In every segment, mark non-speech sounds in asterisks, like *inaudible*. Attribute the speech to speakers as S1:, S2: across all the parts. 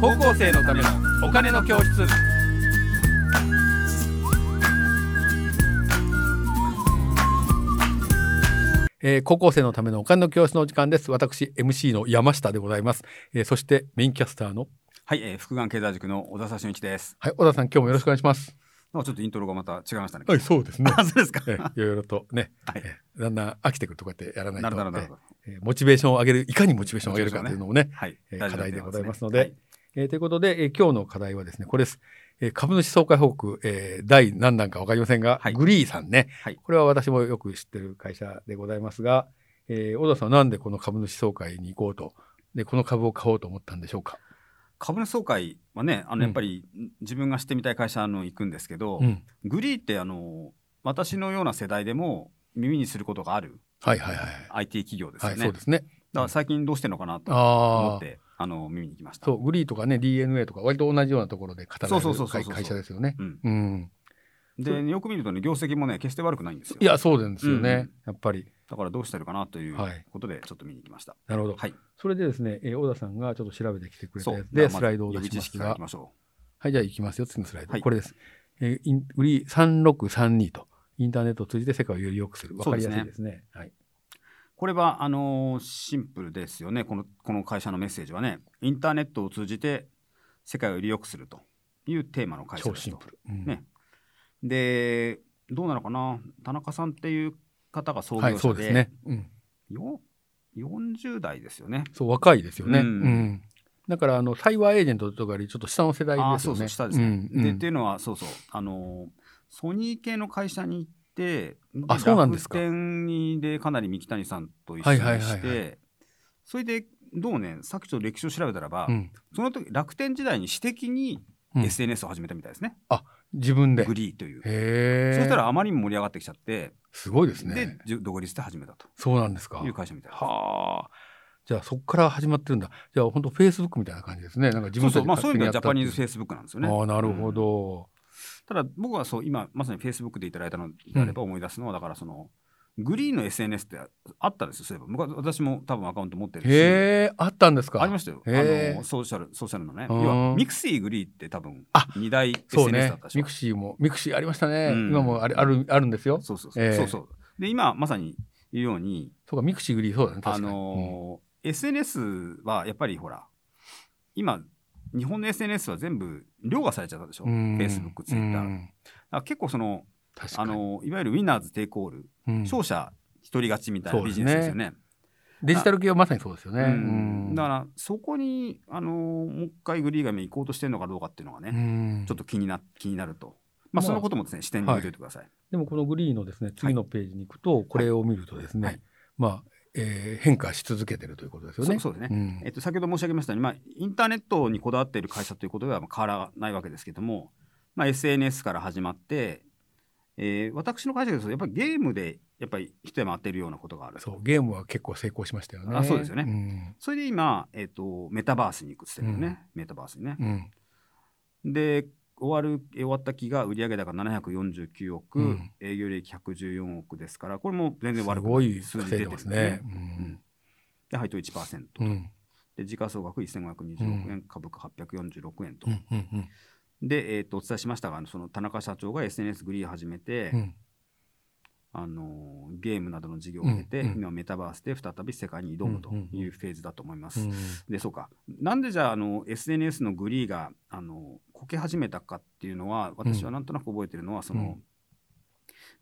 S1: 高校生のためのお金の教室えー高校生のためのお金の教室のお時間です私 MC の山下でございます、えーそしてメインキャスターの
S2: はい、えー、福眼経済塾の小田差俊一です。
S1: はい小田さん今日もよろしくお願いします
S2: なんかちょっとイントロがまた違いましたね。
S1: はいそうですね
S2: あ、そうですか。*laughs*
S1: *laughs* えーいろいろとね、
S2: はい
S1: えーだんだん飽きてくるとこうやってやらない
S2: な
S1: と
S2: るなるなるほど。
S1: えーモチベーションを上げるいかにモチベーションを上げるかというのもね
S2: はい
S1: えー、
S2: 大事な
S1: 課題で
S2: テーマ
S1: ございますので
S2: はい
S1: えーということで、えー今日の課題はですね、これです。えー株主総会報告、えー第何弾か分かりませんが、
S2: はい
S1: グリーさんね、
S2: はい
S1: これは私もよく知ってる会社でございますが、えー小田さんはなんでこの株主総会に行こうと、で、この株を買おうと思ったんでしょうか。
S2: 株主総会はね、あ
S1: うん
S2: のやっぱり自分が知ってみたい会社の行くんですけど、
S1: ん。
S2: グリーってあの私のような世代でも耳にすることがある
S1: はいはいはい。
S2: IT 企業です
S1: は
S2: よ
S1: い、
S2: ね。
S1: そうですね。
S2: だから最近どうしてるのかなと思
S1: あ
S2: っ
S1: あ。
S2: てあの耳に来ました。
S1: そう、グリーとかね、DNA とか、割と同じようなところで語られ
S2: そうそうそう
S1: る
S2: そう
S1: 会
S2: そう
S1: 会社ですよね。
S2: うん。
S1: うん。
S2: でよく見るとね業績もね決して悪くないんですよ。
S1: いや、そうなんですよね。
S2: うんうん
S1: やっぱり。
S2: だからどうしてるかなという
S1: はい
S2: ことでちょっと見に来ました。
S1: なるほど。
S2: はい。
S1: それでですね、えー小田さんがちょっと調べてきてくれた
S2: そ
S1: や
S2: う
S1: つ。で、スライドを出し
S2: 知
S1: ま
S2: 識
S1: す
S2: から
S1: が
S2: いき、ましょ
S1: はい、じゃあ行きますよ。次のスライド。
S2: はい
S1: これです。えーイン売り3632と、インターネットを通じて世界をより良くする。わかりやすいですね。はい。
S2: う。これはあのーシンプルですよね。このこの会社のメッセージはね、インターネットを通じて世界をより良くするというテーマの会社
S1: 超
S2: です
S1: シン
S2: と
S1: プル。うん
S2: ねで、どうなのかな。田中さんっていう方が創業者
S1: は
S2: で、
S1: い、そうですね。うん。
S2: よ40代ですよね。
S1: そう、若いですよね。う。
S2: うんん
S1: だから、あの、サイバーエージェントとかよりちょっと下の世代ですよね。
S2: ああ、そうそう、下ですね。
S1: うんうん
S2: で、っていうのは、そうそう、あのーソニー系の会社に行って、
S1: あそうなんですか
S2: 楽天にでかなり三木谷さんと一緒
S1: は
S2: に
S1: い
S2: して、
S1: はいはいはい
S2: それで、どうね、さっきちょっと歴史を調べたらば、
S1: うん
S2: その時楽天時代に私的に
S1: うん
S2: SNS を始めたみたいですね、
S1: 自分で。へ
S2: グリーという。
S1: え。
S2: そした、らあまりにも盛り上がってきちゃって、
S1: すごいです
S2: で
S1: ね。
S2: じゅ独立して始めたと
S1: そうなんですか
S2: い。う会社みたいな。
S1: はあ。じゃあ、そこから始まってるんだ。じゃあ、本当フェイスブックみたいな感じですね。なんか自
S2: そう
S1: 分た
S2: そ
S1: ち
S2: う、
S1: で
S2: まあ、そういう意味ではジャパニーズ
S1: ズ
S2: フェイスブックなんですよね。
S1: ああ、なるほ
S2: うん
S1: ど。
S2: ただ僕はそう今まさにフェイスブックでいただいたのであれば思い出すのは、だからそのグリーンの SNS ってあったんですよそういえば昔私も多分アカウント持ってるし
S1: へえ、あったんですか。
S2: ありましたよあ
S1: へえ
S2: のソーシャルソーシャルのね
S1: う
S2: 要
S1: ん
S2: はミクシーグリーって多分
S1: あ
S2: 2大
S1: そう
S2: SNS だ
S1: ね
S2: ったで。しょ
S1: ミクシーも、ミクシーありましたね。
S2: うん
S1: 今もあれある、あるんですよ。
S2: そうそうそう,、
S1: ええ
S2: そうそうで今まさに言うように
S1: そうか、ミクシーグリーそうだね。
S2: あ
S1: 確かに。
S2: のー SNS はやっぱりほら今日本の SNS は全部凌駕されちゃったでしょ、
S1: うん
S2: Facebook、Twitter、
S1: う
S2: だか
S1: ん
S2: ら結構その
S1: 確か
S2: あ
S1: に。
S2: のーいわゆるウィナーズ・テイクオール
S1: うん
S2: 勝者一人勝ちみたいなビジネスですよね。
S1: デジタル系はまさにそうですよね。
S2: う
S1: うん
S2: んだからそこに、あのーもう一回グリーガメ行こうとしてるのかどうかっていうのがね、
S1: うん
S2: ちょっと気にな気になると、ま
S1: まあ
S2: あ、そのこともですね視点に入れておいてください。
S1: でもこのグリーのですね、次のページに行くと、これを見るとですね、
S2: はい
S1: まあ、えー変化し続けてるということですよね。
S2: そうそうです
S1: う
S2: ね、
S1: ん
S2: えっと、先ほど申し上げましたように、まあ、インターネットにこだわっている会社ということではまあ変わらないわけですけども、まあ、SNS から始まって、えー私の会社ですとやっぱりゲームでやっぱり一山当てるようなことがある
S1: そう、ゲームは結構成功しましたよね。
S2: あそうですよね
S1: ね。
S2: それで今、えっとメタバースに行くっつってるよね、メタバースにね。
S1: うん。うん
S2: で終わる終わった期が売上高749億、
S1: うん
S2: 営業利益114億ですからこれも全然
S1: す
S2: 悪く
S1: ご
S2: ない数字
S1: 稼い
S2: 出
S1: で
S2: て
S1: ま
S2: ますす
S1: ね
S2: ね。。
S1: うん
S2: で配当1%、
S1: うん
S2: で時価総額1520億円、株価846円と、
S1: うんうんうん
S2: で、えー、とお伝えしましたがあのその田中社長が SNS グリーン始めて、
S1: うん
S2: あのゲームなどの事業を経て、
S1: うんうん
S2: 今メタバースで再び世界に挑むというフェーズだと思います。
S1: うん
S2: でそうかなんでじゃああの SNS のグリーがあのこけ始めたかっていうのは私はなんとなく覚えてるのは、その、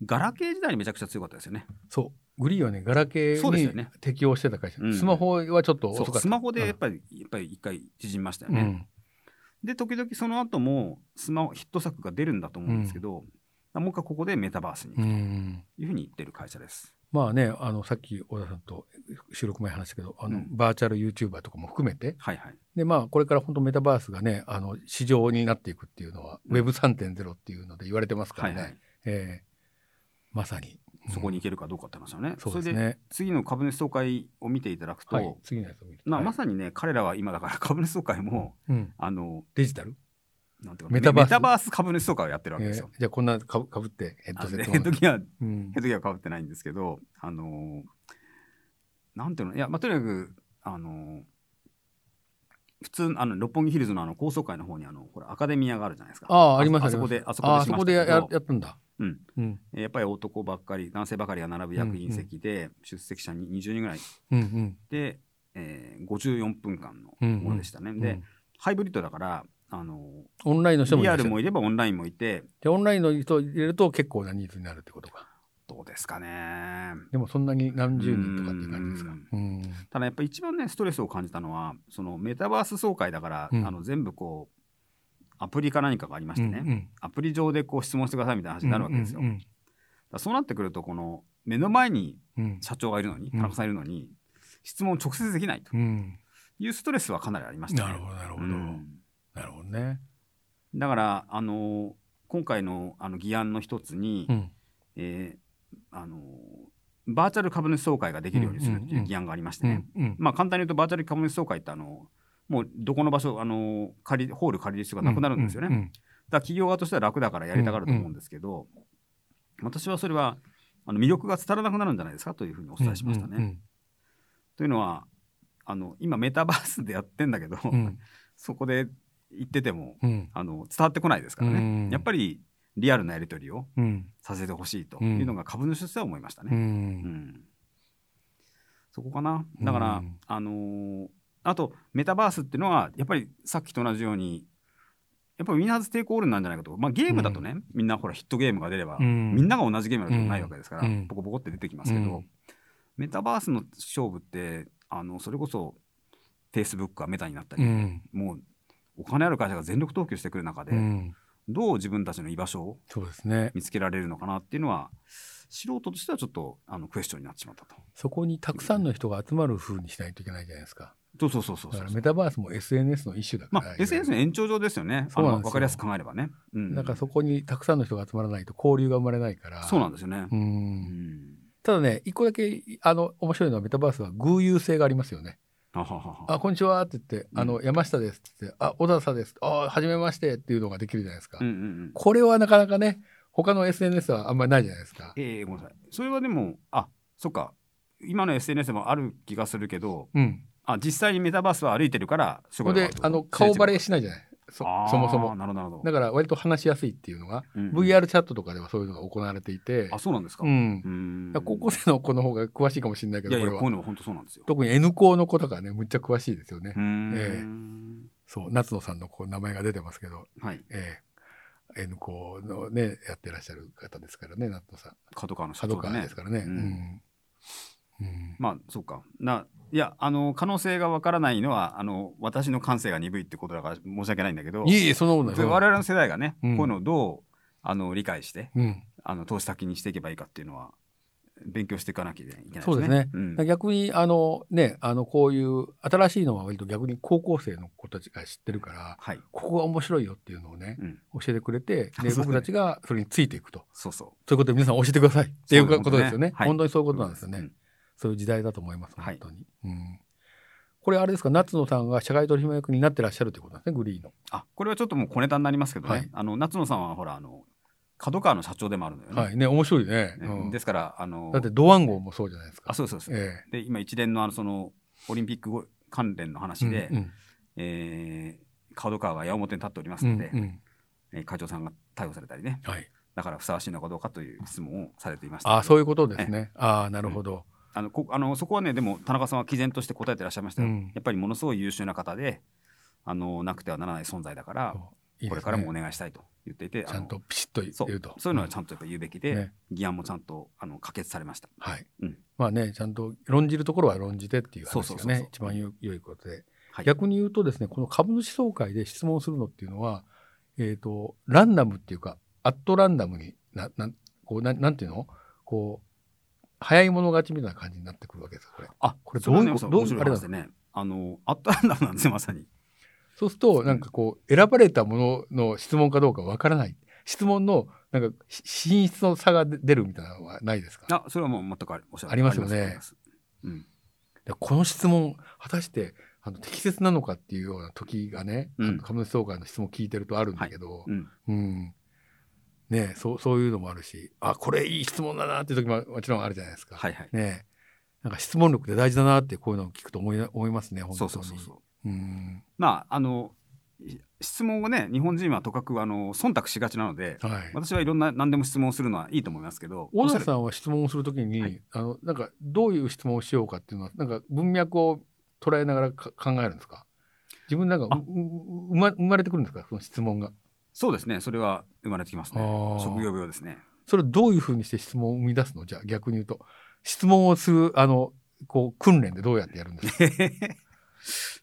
S2: ガラケー時代にめちゃくちゃ強かったですよね。
S1: そう。グリーはね、ガラケ
S2: そうです
S1: ー
S2: よ
S1: に
S2: ね
S1: 適応してた会社。
S2: うん
S1: スマホはちょっと
S2: そ
S1: 遅か
S2: う
S1: った。
S2: スマホでやっぱりやっぱり一回縮みましたよ
S1: うん
S2: ね。
S1: うん
S2: で時々その後もスマホヒット作が出るんだと思うんですけど、もう一回ここでメタバースに
S1: う
S2: 行く
S1: ん
S2: というふうに言ってる会社です。
S1: まあね、あの、さっき小田さんと収録前に話したけど、あの、
S2: うん
S1: バーチャル YouTuber とかも含めて、
S2: はいはい。
S1: で、まあ、これから本当メタバースがね、あの、市場になっていくっていうのは、
S2: うん
S1: Web3.0 っていうので言われてますか
S2: は
S1: ら
S2: い
S1: ね。
S2: はい。
S1: ええまさに。
S2: そこ
S1: に。
S2: に行けるかどうかって話だよね。
S1: そうです
S2: れで
S1: ね。
S2: 次の株主総会を見ていただくと、
S1: はい。次のやつを見ると。
S2: まあ、
S1: はい
S2: まさにね彼らは今だから株主総会も
S1: うん
S2: あの
S1: デジタル、
S2: なんていうかな
S1: メ
S2: メ
S1: タ
S2: タ
S1: バ
S2: バ
S1: ース
S2: ース株主総会をやってるわけですよ
S1: え。えじゃあこんなかぶかぶってヘッ
S2: あ
S1: ド
S2: の
S1: セ
S2: ね
S1: ット
S2: ヘッド
S1: の
S2: ギア、ヘ
S1: うん
S2: ッドギアは被ってないんですけど、あのーなんていうの、いや、まあ、とにかく、あのー普通あの六本木ヒルズのあの高層階の方にあのほらアカデミアがあるじゃないですか
S1: ああ、あります
S2: あそこであそこ
S1: あ
S2: で
S1: あ
S2: し
S1: そ
S2: ま
S1: こ
S2: し
S1: で
S2: た
S1: や
S2: けど
S1: やったんだ。
S2: うん
S1: うん。
S2: えーやっぱり男ばっかり男性ばかりが並ぶ役員席で、出席者に20人ぐらい
S1: うんうん。
S2: で、えー、54分間のものでしたね、で、
S1: うん
S2: ハイブリッドだからあの
S1: オンラインの人もい
S2: リ
S1: ら
S2: ア
S1: っし
S2: ル
S1: ゃる
S2: もいればオンラインもいて
S1: でオンラインの人を入れると結構な人数になるってことか。
S2: どうですかね
S1: でもそんなに何十人とかっていう感じですか。うん。
S2: ただやっぱ一番ねストレスを感じたのはそのメタバース総会だから、
S1: うん
S2: あの全部こうアプリか何かがありまし
S1: う
S2: て
S1: ん
S2: ね、
S1: うん
S2: アプリ上でこう質問してくださいみたいな話になるわけですよ、
S1: うんう
S2: だか
S1: ん
S2: らそうなってくるとこの目の前に
S1: うん
S2: 社長がいるのに
S1: う
S2: 田
S1: ん
S2: 中さんいるのに、質問を直接できないと
S1: うん
S2: いうストレスはかなりありましたね
S1: なるほどなるほど、
S2: うん
S1: なるほどね。
S2: だからあの今回のあの議案の一つに、
S1: うん
S2: えーあのバーチャル株主総会ができるようにするっていう議案がありましてね、
S1: うん
S2: まあ、簡単に言うとバーチャル株主総会ってあのもうどこの場所あの借りホール借りる必要がなくなるんですよね、
S1: う
S2: だか
S1: ん
S2: ら企業側としては楽だからやりたがると思うんですけど、私はそれはあの魅力が伝わらなくなるんじゃないですかというふうにお伝えしましたね。
S1: うん
S2: というのはあの今メタバースでやってんだけど、
S1: うんうん
S2: そこで行ってても
S1: うん
S2: あの伝わってこないですからね、
S1: うん
S2: やっぱりリアルなやり取りを
S1: うん
S2: させてほしいというのが株主としては思いましたね。
S1: うん
S2: うんそこかなだから、
S1: うん
S2: あのーあとメタバースっていうのはやっぱりさっきと同じようにやっぱりみんなステークホールになるんじゃないかと、まあ、ゲームだとね、みんなほらヒットゲームが出れば、
S1: うん
S2: みんなが同じゲームだとないわけですから、
S1: うん
S2: ボコボコって出てきますけど、
S1: うん
S2: メタバースの勝負ってあのそれこそ Facebook がメタになった
S1: う
S2: り、
S1: ん
S2: もうお金ある会社が全力投球してくる中で、
S1: うん
S2: どう自分たちの居場所を
S1: そうですね。
S2: 見つけられるのかなっていうのは素人としてはちょっとあのクエスチョンになってしまったと。
S1: そこにたくさんの人が集まる風にしないといけないじゃないですか。
S2: そうそうそうそう
S1: だ
S2: そ
S1: か
S2: う
S1: らメタバースも SNS の一種だか
S2: ま
S1: ら。
S2: あ、SNS の延長上ですよね。
S1: そうなんですよ
S2: 分かりやすく考えればね。うん、
S1: なんかそこにたくさんの人が集まらないと交流が生まれないから。
S2: そうなんですよね。
S1: う。
S2: うんん
S1: ただね、一個だけ、あの、面白いのはメタバースは偶有性がありますよね。
S2: あははは
S1: あ、こんにちはって言って、あの、山下ですって言って、あ、小笹です。あ、はじめましてっていうのができるじゃないですか。
S2: うんうんうん。
S1: これはなかなかね、他の SNS はあんまりないじゃないですか。
S2: ええごめんなさい。それはでも、あそっか。今の SNS もある気がするけど、
S1: うん。
S2: あ実際にメタバースは歩いてるから、そ
S1: そこで、あの、顔バレしないじゃない。そそもそも。
S2: なるほど、なるほ
S1: だ
S2: ど。
S1: から割と話しやすいっていうのが、
S2: うんうん
S1: VR チャットとかではそういうのが行われていて、
S2: あ、そうなんですか。
S1: う。
S2: うんーん
S1: だから高校生の子の方が詳しいかもしれないけ
S2: い
S1: ど、
S2: やいや、
S1: これ
S2: こ
S1: は
S2: ういうのは本当そうなんですよ。
S1: 特に N 校の子とかね、むっちゃ詳しいですよね。
S2: うーん
S1: えそう、夏野さんのこう名前が出てますけど、
S2: はい。
S1: ええ N 校のね、やってらっしゃる方ですからね、夏野さん。
S2: 角川の社
S1: 角
S2: 長が
S1: 川
S2: ね
S1: です。からね。
S2: う
S1: うんん。うん。
S2: まあそうかないやあの可能性がわからないのはあの私の感性が鈍いってことだから申し訳ないんだけど
S1: いえいえ、そんなことない
S2: で我々の世代がね、
S1: うん
S2: こういうのをどうあの理解して
S1: うん。
S2: あの投資先にしていけばいいかっていうのは勉強していかなきゃいけないですね。
S1: そうですね
S2: ん
S1: 逆に、あの、ね、あの、こういう、新しいのは割と逆に高校生の子たちが知ってるから、
S2: はい、
S1: ここが面白いよっていうのをね、
S2: うん、
S1: 教えてくれて、
S2: そう
S1: で、
S2: ですね
S1: 僕たちがそれについていくと。
S2: そうそう。
S1: ということで皆さん教えてくださいっていうことですよね。
S2: そうですねはい
S1: 本当にそういうことなんですよね。
S2: うん
S1: そういう時代だと思います、
S2: はい
S1: 本当に。うん、これあれですか、夏野さんが社会取締役になってらっしゃるということなんですね、グリーンの。
S2: あこれはちょっともう小ネタになりますけどね、
S1: はい
S2: あの夏野さんはほらあの角川の社長でもあるのよね。
S1: はい、ね、面白いね。
S2: ね
S1: うん
S2: ですからあの
S1: だって、ドワン号もそうじゃないですか。
S2: あそうですそうです。
S1: え
S2: で今一連のあのそのオリンピック関連の
S1: え
S2: 話で、
S1: うんうん
S2: えー、カードカーが矢面に立っておりますので、
S1: うんうん
S2: えー会長さんが逮捕されたりね、
S1: はい、
S2: だからふさわしいのかどうかという質問をされていましたけど。
S1: あそういうことですね。ああ、なるほど。
S2: あのこあのそこはね、でも田中さんは毅然として答えてらっしゃいましたよ。
S1: うん
S2: やっぱりものすごい優秀な方で、あのなくてはならない存在だから、
S1: そういいですね
S2: これからもお願いしたいと言っていて、
S1: ちゃん
S2: あ
S1: と
S2: の
S1: ピシッと言
S2: そう
S1: うと。
S2: そういうのはちゃんとやっぱ言うべきで、
S1: ね
S2: 議案もちゃんとあの可決されました。
S1: はい。
S2: うん
S1: まあね、ちゃんと論じるところは論じてっていう話
S2: そう
S1: が
S2: そうそうそう
S1: ね、一番よ良いことで、
S2: はい
S1: 逆に言うとですね、この株主総会で質問するのっていうのは、えっ、と、ランダムっていうか、アットランダムにな、なん、こう、なん、なんていうのこう、早い者勝ちみたいな感じになってくるわけですよ、これ。
S2: あ
S1: これ
S2: そはね
S1: どういうこと
S2: 面白い
S1: どういう
S2: 話でね、あのあったんだなんですよまさに。
S1: そうすると、なんかこう、選ばれたものの質問かどうかわからない。質問の、なんか、し品質の差が出出るみたいなのはないですか
S2: あそれはもう全くありおっしゃる
S1: ありますよね
S2: ありますありますうん
S1: でこの質問果たしてあの適切なのかっていうような時がね、
S2: うん
S1: あの株主総会の質問聞いてるとあるんだけど、
S2: うん
S1: うんねえそうそういうのもあるしあこれいい質問だなっていう時ももちろんあるじゃないですか、
S2: はいはい。
S1: ねえなんか質問力って大事だなってこういうのを聞くと思い思いますね本当
S2: そ
S1: に
S2: うそうそうそう。
S1: うん。
S2: まああのい質問をね日本人はとかくあの忖度しがちなので
S1: はい。
S2: 私はいろんな何でも質問するのはいいと思いますけど
S1: 小田
S2: おしゃ
S1: さんは質問をするときに、
S2: はい
S1: あのなんかどういう質問をしようかっていうのはなんか文脈を捉えながらか考えるんですか自分なんか
S2: あ
S1: うううま生まれてくるんですかその質問が
S2: そうですねそれは生まれてきます
S1: あ
S2: ね
S1: ー
S2: 職業病です
S1: *laughs*
S2: ね
S1: それをどういうふうにして質問を生み出すのじゃあ逆に言うと質問をするあのこう訓練でどうやってやるん *laughs* ですか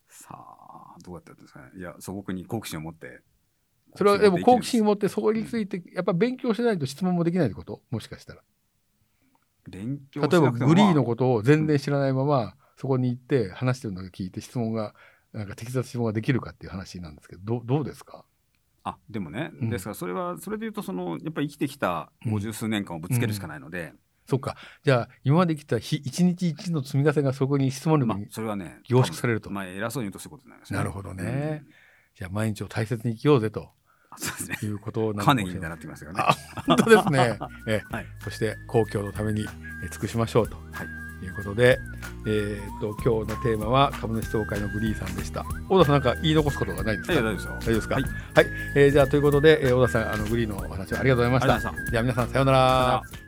S2: さあどうやってやったんですかねいや素朴に好奇心を持って
S1: それはでも好奇心を
S2: を
S1: 持ってそこについてやっぱ勉強しないと質問もできないってこともしかしたら
S2: 勉強
S1: 例えばグリーのことを全然知らないまま、そこに行って話してるのを聞いて質問がなんか適切な質問ができるかっていう話なんですけどどうどうですか
S2: あでもね、
S1: うん
S2: ですからそれはそれで言うとそのやっぱり生きてきた五十数年間をぶつけるしかないので、
S1: そっか。じゃあ、今まで生きた日、一日一日の積み重ねがそこに質問力
S2: まあ
S1: に、
S2: それはね
S1: 凝縮される
S2: 多
S1: と
S2: 分まあ偉そうに言うとそういうことになります
S1: なるほどね
S2: うん
S1: じゃあ毎日を大切に生きようぜと
S2: あそうですね
S1: いうことなの
S2: カ
S1: か
S2: ー
S1: も
S2: ネ
S1: し
S2: ギーみ
S1: れ
S2: たいにな
S1: ない。
S2: ってきますよね
S1: あ本当で
S2: *laughs*
S1: すね。ええ
S2: はい
S1: そして、公共のためにえ尽くしましょうと。
S2: はい
S1: い、うことで、えーっと、今日のテーマは株主総会のグリーさんでした。小田さん、なんか言い残すことはないです
S2: 大
S1: か
S2: 丈夫ですよ
S1: 大丈夫ですか
S2: は
S1: はいい、えーじゃあということで、えー小田さんあのグリーのお話をありがとうございま
S2: ありがとうございま
S1: し
S2: した
S1: たじゃあ皆さんさよう
S2: さようなら
S1: なら